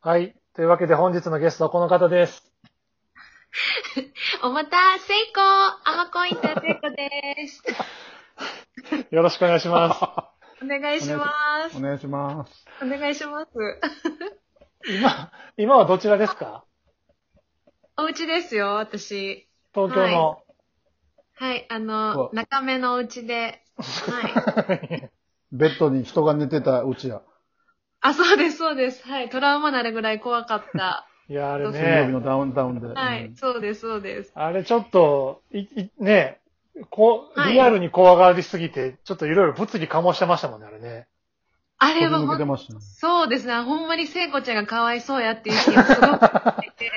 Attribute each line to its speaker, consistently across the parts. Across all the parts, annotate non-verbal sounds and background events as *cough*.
Speaker 1: はい。というわけで本日のゲストはこの方です。
Speaker 2: おまた、成功アマコインター成功です。
Speaker 1: よろしくお願いします。
Speaker 3: *laughs*
Speaker 2: お願いします
Speaker 3: お。願いします。
Speaker 2: お願いします。
Speaker 1: 今、今はどちらですか
Speaker 2: お家ですよ、私。
Speaker 1: 東京の。
Speaker 2: はい、あ
Speaker 3: う
Speaker 2: の
Speaker 3: わ、
Speaker 2: 中目のお家で。はい。
Speaker 3: ベッドに人が寝てたうちや。
Speaker 2: あ、そうです、そうです。はい、トラウマなるぐらい怖かった。
Speaker 1: い、や、あれ
Speaker 2: え
Speaker 3: 水曜日
Speaker 1: ね、
Speaker 3: のダウンタウンで。
Speaker 2: は
Speaker 3: う
Speaker 2: い
Speaker 3: ん、
Speaker 2: そうです、そうです。
Speaker 1: あれちょっと、い、い、ね、こう、
Speaker 2: はい
Speaker 1: リアルに怖がりすぎて、ちょっといろいろ物議かもしてましたもんね、あれね。
Speaker 2: あ
Speaker 3: 飛
Speaker 2: れ
Speaker 3: び
Speaker 2: は
Speaker 3: 抜
Speaker 2: ほ
Speaker 3: けて
Speaker 2: ん、
Speaker 3: ましたね。
Speaker 2: そうですね、ほんまに聖子ちゃんがかわいそうやっていう気がすごくしてて。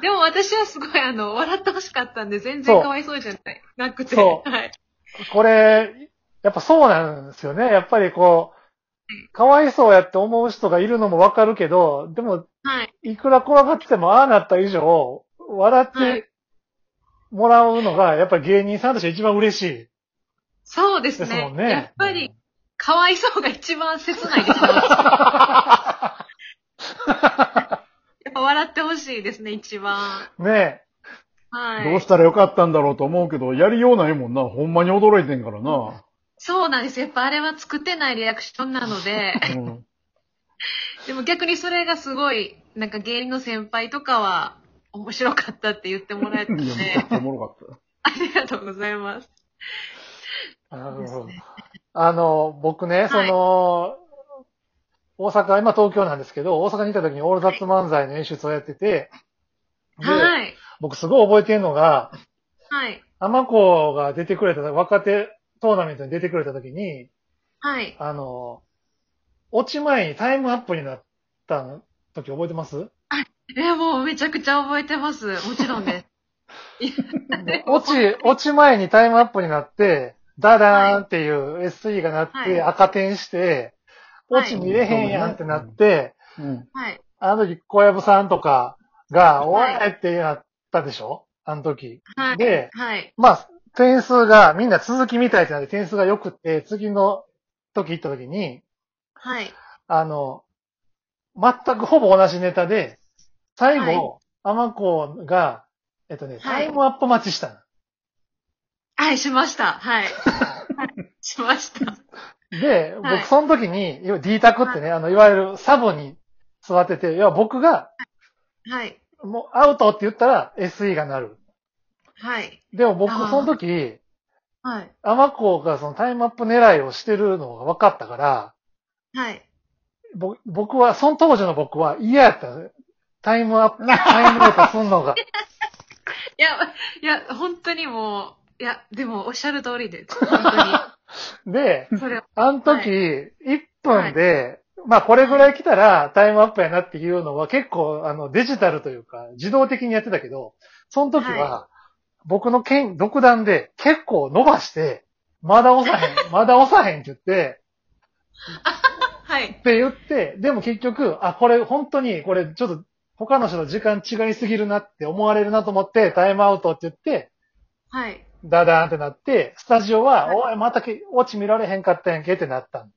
Speaker 2: でも私はすごい、あの、笑ってほしかったんで、全
Speaker 1: そう
Speaker 2: 然かわいそうじゃない。なくて。
Speaker 1: そ
Speaker 2: は
Speaker 1: う
Speaker 2: い。
Speaker 1: これ、やっぱそうなんですよね。やっぱりこう、かわいそうやって思う人がいるのもわかるけど、でも、
Speaker 2: はい。
Speaker 1: いくら怖がっててもああなった以上、笑っ
Speaker 2: はい
Speaker 1: て。もらうのが、やっぱり芸人さんとして一番嬉しい。
Speaker 2: そうです
Speaker 1: ですも
Speaker 2: ね。
Speaker 1: んね
Speaker 2: やっぱり、かわいそうが一番切ないです。
Speaker 3: *laughs*
Speaker 2: やっぱ笑ってほしいですね、一番。
Speaker 1: ね
Speaker 2: はい。
Speaker 3: どうしたらよかったんだろうと思うけど、やりようないもんな。ほんまに驚いてんからな。
Speaker 2: そうなんです。やっぱあれは作ってないリアクションなの
Speaker 3: *laughs*
Speaker 2: で、
Speaker 3: うん
Speaker 2: でも逆にそれがすごい、なんか芸人の先輩とかは、面白かったって言ってもらえたの
Speaker 3: い
Speaker 2: で
Speaker 3: や、、めちゃくちゃおもろかっ
Speaker 2: ありがとうございます。
Speaker 1: え。なる
Speaker 2: です
Speaker 1: ほど
Speaker 2: ね。
Speaker 1: あの、僕ね、その、大阪、今東京なんですけど、大阪にいた時にオールザッツ漫才の演出をやってて、で、
Speaker 2: はい。
Speaker 1: 僕すごい覚えてるのが、
Speaker 2: はい。天
Speaker 1: 天子が出てくれた、若手トーナメントに出てくれた時に、
Speaker 2: はい。
Speaker 1: あの、落ち前にタイムアップになった時覚えてます
Speaker 2: え、もうめちゃくちゃ覚えてます。もちろんです。
Speaker 1: 落ち、落ち前にタイムアップになって、ダダーンっていう SE が鳴って、
Speaker 2: はい
Speaker 1: 赤点して、
Speaker 2: はい
Speaker 1: 落ち見れへんやんってなって、
Speaker 3: た。うん。
Speaker 2: はい。
Speaker 1: あの時小籔さんとかが、お
Speaker 2: はい
Speaker 1: いってなったでしょあの時。
Speaker 2: はい。
Speaker 1: で
Speaker 2: はい。
Speaker 1: まあ、点数が、みんな続きみたいってなって点数が良くて、次の時行った時に、
Speaker 2: はい。
Speaker 1: あの、全くほぼ同じネタで、最後、アマコが、えっとね、タ
Speaker 2: はい
Speaker 1: イムアップ待ちしたの。
Speaker 2: はい、しました。
Speaker 1: *laughs*
Speaker 2: はい。はい、しました。
Speaker 1: で、
Speaker 2: はい
Speaker 1: 僕その時に、要は D タクってね、あの、いわゆるサブに座ってて、いや、僕が、
Speaker 2: はい。
Speaker 1: もうアウトって言ったら SE がなる。
Speaker 2: はい。
Speaker 1: でも僕
Speaker 2: あー
Speaker 1: その時、
Speaker 2: はい。
Speaker 1: アマコがそのタイムアップ狙いをしてるのが分かったから、
Speaker 2: はい。
Speaker 1: ぼ僕は、その当時の僕は嫌やったのね。タイムアッ *laughs* プ、タイムアップすんのが。
Speaker 2: いや、いや、本当にもう、いや、でもおっしゃる通りです。本
Speaker 1: で
Speaker 2: 当、
Speaker 1: *laughs*
Speaker 2: に。それは、
Speaker 1: あの
Speaker 2: は
Speaker 1: 時、1分で、まあこれぐらい来たらタイムアップやなっていうのは結構あのデジタルというか自動的にやってたけど、その時は僕の剣、独断で結構伸ばして、まだ押さへん、まだ押さへんって言って、
Speaker 2: はい
Speaker 1: っ。て言って、でも結局、あ、これ本当にこれちょっと他の人の時間違いすぎるなって思われるなと思ってタイムアウトって言って、
Speaker 2: はい。
Speaker 1: ダダーンってなって、スタジオは、
Speaker 2: はい
Speaker 1: おい、またけ落ち見られへんかったやんけってなったん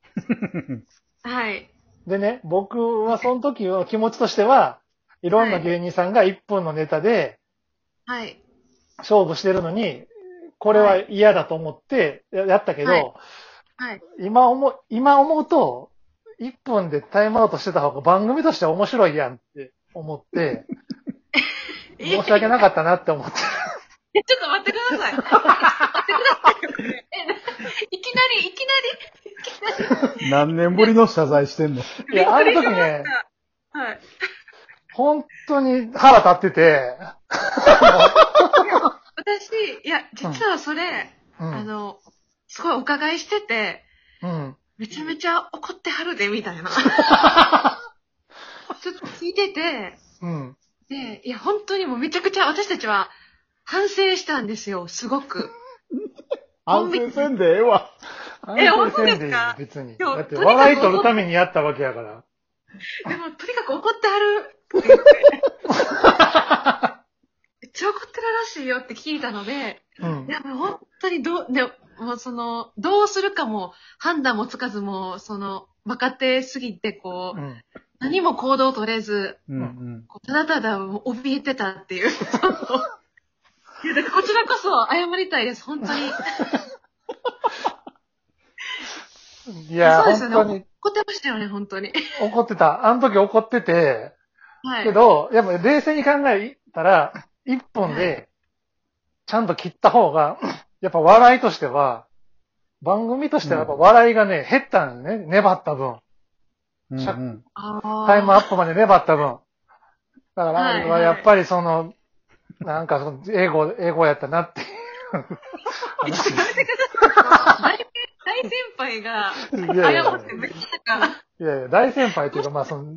Speaker 2: はい。
Speaker 1: でね、僕はその時の気持ちとしては、いろんな芸人さんが1分のネタで
Speaker 2: はい。
Speaker 1: 勝負してるのに、これは嫌だと思ってややったけど、
Speaker 2: はいはい。
Speaker 1: 今思う、今思うと、1分でタイムアウトしてた方が番組としては面白いやんって思って、申し訳なかったなって思って。
Speaker 2: え、ちょっと待ってください。えちょっと待ってください。え、いきなり、いき
Speaker 3: 何年ぶりの謝罪してんの。
Speaker 1: いや、あ
Speaker 2: なり
Speaker 1: の
Speaker 2: びっくり
Speaker 1: 時
Speaker 2: しました。
Speaker 1: ね、
Speaker 2: はい。
Speaker 1: 本当に腹立ってて、
Speaker 2: 私、いや、実はそれ、
Speaker 1: う
Speaker 2: あ
Speaker 1: ん。
Speaker 2: の、すごいお伺いしてて、
Speaker 1: うん。
Speaker 2: めちゃめちゃ怒ってはるで、みた
Speaker 1: *laughs*
Speaker 2: いな。ちょっと聞いてて、
Speaker 1: うん。
Speaker 2: で、いや、本当にもうめちゃくちゃ私たちは反省したんですよ、すごく。
Speaker 3: 安全せんでええわ。
Speaker 2: え本当ですか
Speaker 1: 安定せんいいよ別に。
Speaker 2: でも
Speaker 1: だって
Speaker 2: とにかく
Speaker 1: 笑い取るためにやったわけやから。
Speaker 2: でも、とにかく怒ってはるって
Speaker 1: *laughs*
Speaker 2: 言って。めっちゃ怒ってるらしいよって聞いたので、
Speaker 1: うん
Speaker 2: い。や、もう本当にどう、でもうその、どうするかも判断もつかずもう、その、若手すぎてこ
Speaker 1: う
Speaker 2: う、
Speaker 1: ん
Speaker 2: 何も行動を取れず、
Speaker 3: うんうん。
Speaker 2: こうただただもう怯えて
Speaker 1: *laughs*
Speaker 2: たっていう。いや、だからこちらこそ謝りたいです、本当に。
Speaker 1: いや、
Speaker 2: そうです
Speaker 1: 本
Speaker 2: よね
Speaker 1: 当に
Speaker 2: 怒ってましたよね、本当に。
Speaker 1: 怒ってた。あの時怒ってて、
Speaker 2: はい
Speaker 1: け。ど、やっぱ冷静に考えたら、一本で、ちゃんと切った方が、 *clears throat* やっぱ笑いとしては、番組としてはやっぱ笑いがね、減ったんよね。粘った分。
Speaker 3: うんうん
Speaker 2: あ
Speaker 1: タイム
Speaker 2: あ
Speaker 1: アップまで粘った分。だから、
Speaker 2: は
Speaker 1: あ
Speaker 2: い
Speaker 1: れはやっぱりその、なんかその、英語、英語やったなって。
Speaker 2: 大先大先輩が
Speaker 1: いやいやい
Speaker 2: 謝ってめっちゃなんか、
Speaker 1: やいや、大先輩というか、まあその、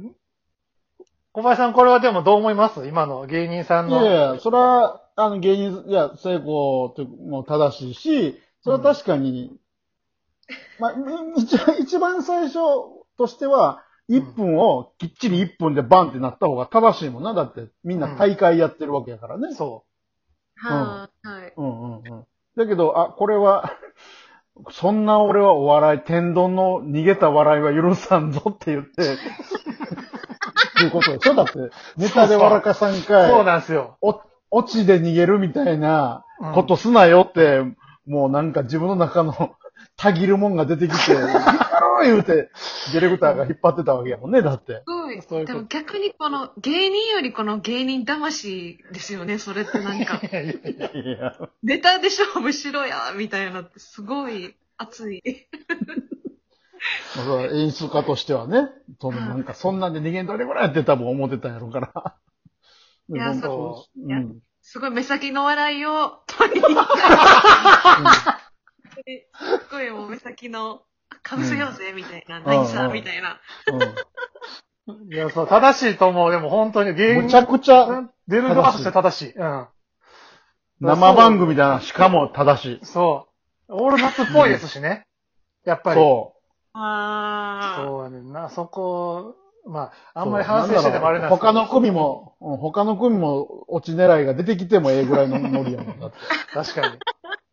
Speaker 1: 小林さんこれはでもどう思います今の芸人さん
Speaker 3: いやい
Speaker 1: の。
Speaker 3: や、それは、あの、芸人、いや、成功も正しいし、それは確かに、まあ、み一番一番最初としては、1分をきっちり1分でバンってなった方が正しいもんな。だって、みんな大会やってるわけやからね。
Speaker 1: そ
Speaker 2: はい、はい。
Speaker 3: うんうんうん。だけど、あ、これは、そんな俺はお笑い、天丼の逃げた笑いは許さんぞって言って、
Speaker 1: *laughs*
Speaker 3: っていうことでしょだって、ネタで笑かさん
Speaker 1: う。
Speaker 3: かい、
Speaker 1: そうなんですよ。
Speaker 3: お落ちで逃げるみたいな
Speaker 1: うん
Speaker 3: ことすなよって、もうなんか自分の中の *laughs* たぎるもんが出てきて、やろう言うて、ディレクターが引っ張ってたわけやもんね、だって。
Speaker 1: そ
Speaker 2: す
Speaker 1: う
Speaker 2: ご
Speaker 1: いう
Speaker 2: い。
Speaker 1: こ
Speaker 2: で
Speaker 1: と
Speaker 2: も逆にこの芸人よりこの芸人魂ですよね、それってなん
Speaker 1: *laughs*
Speaker 2: か。
Speaker 1: いやいやいや
Speaker 3: いや、
Speaker 2: ネタで勝負しろや、みたいなのってすごい熱い。
Speaker 3: まあそれは演出家としてはね、そのなんかそんなんで逃げんどれぐらいやって多分思ってたんやろから。
Speaker 2: いや
Speaker 3: でも。
Speaker 1: そう
Speaker 2: いや
Speaker 3: ん。
Speaker 2: すごい目先の笑いを取りに行った。すごいもう目先の、かぶせようぜ、みたいな。ナイス
Speaker 3: うん
Speaker 2: だ
Speaker 3: うん
Speaker 2: みたいな。
Speaker 1: いや、そう、正しいと思う。でも本当に
Speaker 3: うん。
Speaker 1: 芸
Speaker 3: むちゃ
Speaker 1: 人
Speaker 3: くちゃ
Speaker 1: 出る側として正しい。うん。
Speaker 3: 生番組だな、しかも正しい。
Speaker 1: そう。オールナッツっぽいですしね。やっぱり。
Speaker 3: そ
Speaker 2: あ
Speaker 1: そうやねんな。そこ、ま
Speaker 3: う。
Speaker 1: あ、あんまり反省しててもあれなんですけ
Speaker 3: 他
Speaker 1: ど。
Speaker 3: の組も、うん他の組も落ち狙いが出てきてもええぐらいのノリやもんだって。
Speaker 1: 確かに。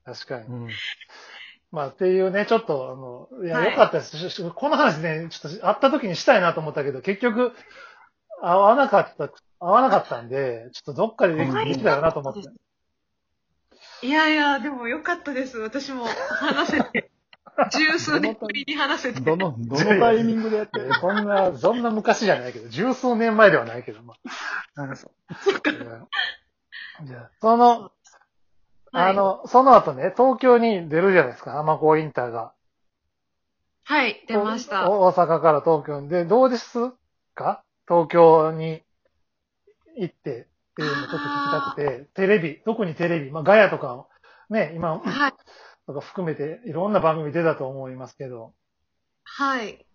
Speaker 1: 確かに
Speaker 3: う。ん
Speaker 1: まあ、っていうね、ちょっと、あの、いや、
Speaker 2: はい
Speaker 1: 良かったです。ししこの話ね、ちょっと会った時にしたいなと思ったけど、結局、合わなかった、合わなかったんで、ちょっとどっかででき
Speaker 3: うん
Speaker 1: できたらなと思って。
Speaker 2: あ。いやいや、でもよかったです。私も話せて。十数年ぶりに話せて。
Speaker 3: どの、どのタイミングでやってる
Speaker 1: そんな、そんな昔じゃないけど、十数年前ではないけど、まあ。うんじゃあその、あ
Speaker 2: はい、
Speaker 1: の、その後ね、東京に出るじゃないですか、浜高インターが。
Speaker 2: はい、出ました。
Speaker 1: お大阪から東京に。で、どうですか東京に行ってっていうのをちょっと聞きたくて、テレビ、特にテレビ、まあガヤとかを、ね、今
Speaker 2: はい、
Speaker 1: とか含めていろんな番組出たと思いますけど。
Speaker 2: はい。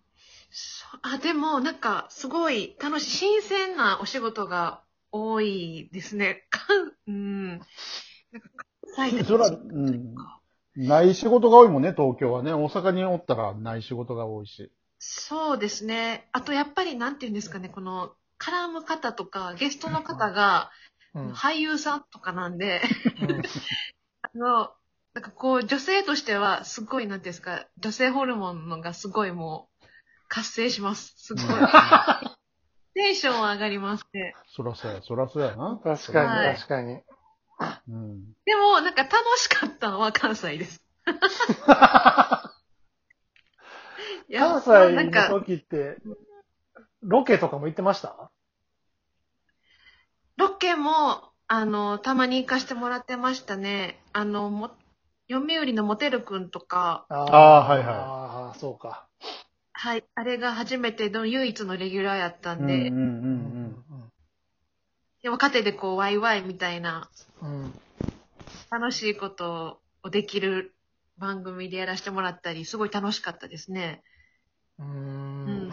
Speaker 2: そあ、でも、なんか、すごい楽しい、新鮮なお仕事が多いですね。かん、うん。なんか関西で
Speaker 3: そら、うん。ない仕事が多いもんね、東京はね。大阪におったらない仕事が多
Speaker 1: *laughs*
Speaker 3: いし。
Speaker 2: そうですね。あとやっぱりなんて言うんですかね、この絡む方とかゲストの方が *laughs*
Speaker 1: うん。
Speaker 2: 俳優さんとかなんで、 *laughs*
Speaker 1: うん
Speaker 2: あの、なんかこう女性としてはすごいなんていうんですか、女性ホルモンのがすごいもう活性します。すごい。テンション上がりますね。
Speaker 3: そらそうや、そらそうやな。
Speaker 1: 確か
Speaker 2: は
Speaker 1: に、
Speaker 2: い
Speaker 1: 確かに。
Speaker 3: うん。
Speaker 2: でもなんか楽しかったのは関
Speaker 1: *laughs*
Speaker 2: 西です。
Speaker 1: 関西
Speaker 2: いまあなん
Speaker 1: の
Speaker 2: か、
Speaker 1: 時って、ロケとかも行ってました
Speaker 2: ロケも、あの、たまに行かしてもらってましたね。あの、も、読売のモテるくんとか、
Speaker 1: あ
Speaker 3: あーはいはい
Speaker 1: ああ、そうか。
Speaker 2: はい。あれが初めての唯一のレギュラーやった
Speaker 3: うんんう
Speaker 2: で、
Speaker 3: ん
Speaker 2: で若手でこう、ワイワイみたいな、
Speaker 1: うんうん。うん
Speaker 2: 楽しいことをできる番組でやらせてもらったり、すごい楽しかったですね。
Speaker 1: う
Speaker 2: うんん。。
Speaker 3: うん。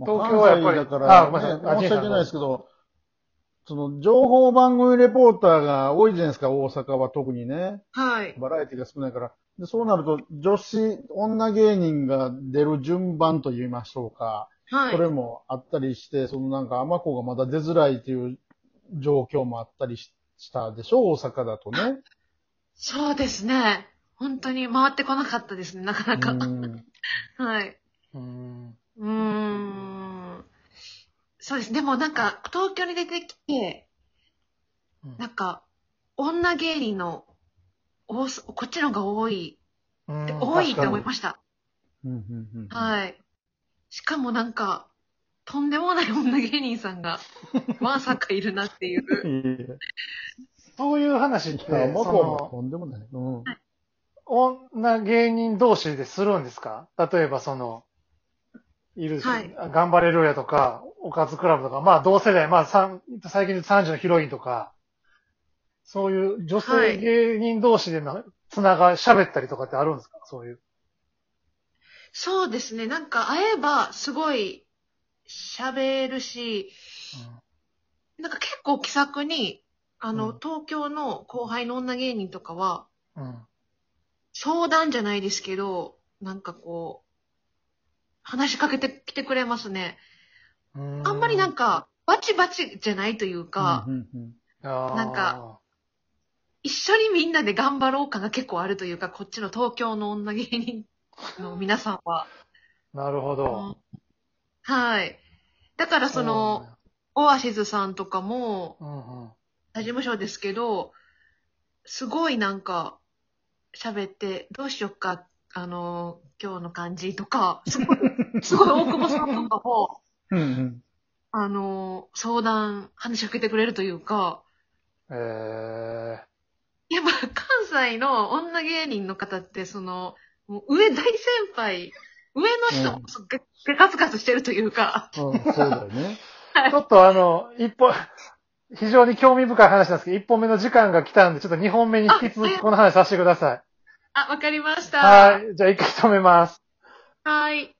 Speaker 1: 東京はやっぱり
Speaker 3: 関西だか
Speaker 1: あごめんな
Speaker 3: ら、
Speaker 1: さいあ
Speaker 3: ね、申し訳ないですけど、その、情報番組レポーターが多いじゃないですか、大阪は特にね。
Speaker 2: はい。
Speaker 3: バラエティが少ないから。でそうなると、女子、女芸人が出る順番と言いましょうか。
Speaker 2: はい
Speaker 3: そ。れもあったりして、そのなんか、甘子がまだ出づらいという状況もあったりししたでしょ大阪だとね。
Speaker 2: そうですね。本当に回ってこなかったですね、なかなか。
Speaker 3: うん
Speaker 2: はい。
Speaker 1: うん
Speaker 2: うーん。そうです。でもなんか、東京に出てきて、
Speaker 1: うん
Speaker 2: なんか、女芸人の、多すこっちの方が多い、
Speaker 1: うん
Speaker 2: 多いって思い
Speaker 1: す。
Speaker 2: ました。
Speaker 3: うんうんうん
Speaker 2: はい。しかもなんか、とんでもない女芸人さん
Speaker 1: *laughs*
Speaker 2: が、まさかいるなっていう。
Speaker 3: いえいえ
Speaker 1: そういう話って、
Speaker 3: いやまあ
Speaker 1: そ
Speaker 3: もう
Speaker 1: の、
Speaker 3: とんでもない。うん。
Speaker 1: 女芸人同士でするんですか例えばその、いる、
Speaker 2: はい
Speaker 1: 頑張れるやとか、おかずクラブとか、まあ同世代、まあ三最近で3時のヒロインとか、そういう女
Speaker 2: は
Speaker 1: 性
Speaker 2: い
Speaker 1: 芸人同士でのつなが、喋ったりとかってあるんですかそういう。
Speaker 2: そうですね。なんか会えばすごい喋るし、なんか結構気さくに、あの、
Speaker 1: うん
Speaker 2: 東京の後輩の女芸人とかは、
Speaker 1: うん。うん
Speaker 2: 相談じゃないですけど、なんかこう、話しかけてきてくれますね。あんまりなんか、バチバチじゃないというか、
Speaker 3: うんうんうん
Speaker 1: な
Speaker 2: なんか、一緒にみんなで頑張ろう感が結構あるというか、こっちの東京の女芸人の皆さんは。
Speaker 1: なるほど。
Speaker 2: はい。だからその、オアシズさんとかも、
Speaker 1: うん、うんうん。
Speaker 2: 他事務所ですけど、すごいなんか、喋って、どうしよっか、あの、今日の感じとか、すごい、すごい大久保さんとかも、
Speaker 3: うんうん。
Speaker 2: あの、相談、話しかけてくれるというか、
Speaker 1: *laughs* えー、
Speaker 2: やっぱ関西の女芸人の方って、その、もう上大先輩、上の人、
Speaker 3: うん
Speaker 2: そうガガツガツしてるというか、
Speaker 3: うんそうだよね。
Speaker 1: ちょっとあの、一本、非常に興味深い話なんですけど、一本目の時間が来たんで、ちょっと二本目に引き続きこの話させてください。
Speaker 2: あ、わかりました。
Speaker 1: はい。じゃあ一回止めます。
Speaker 2: はい。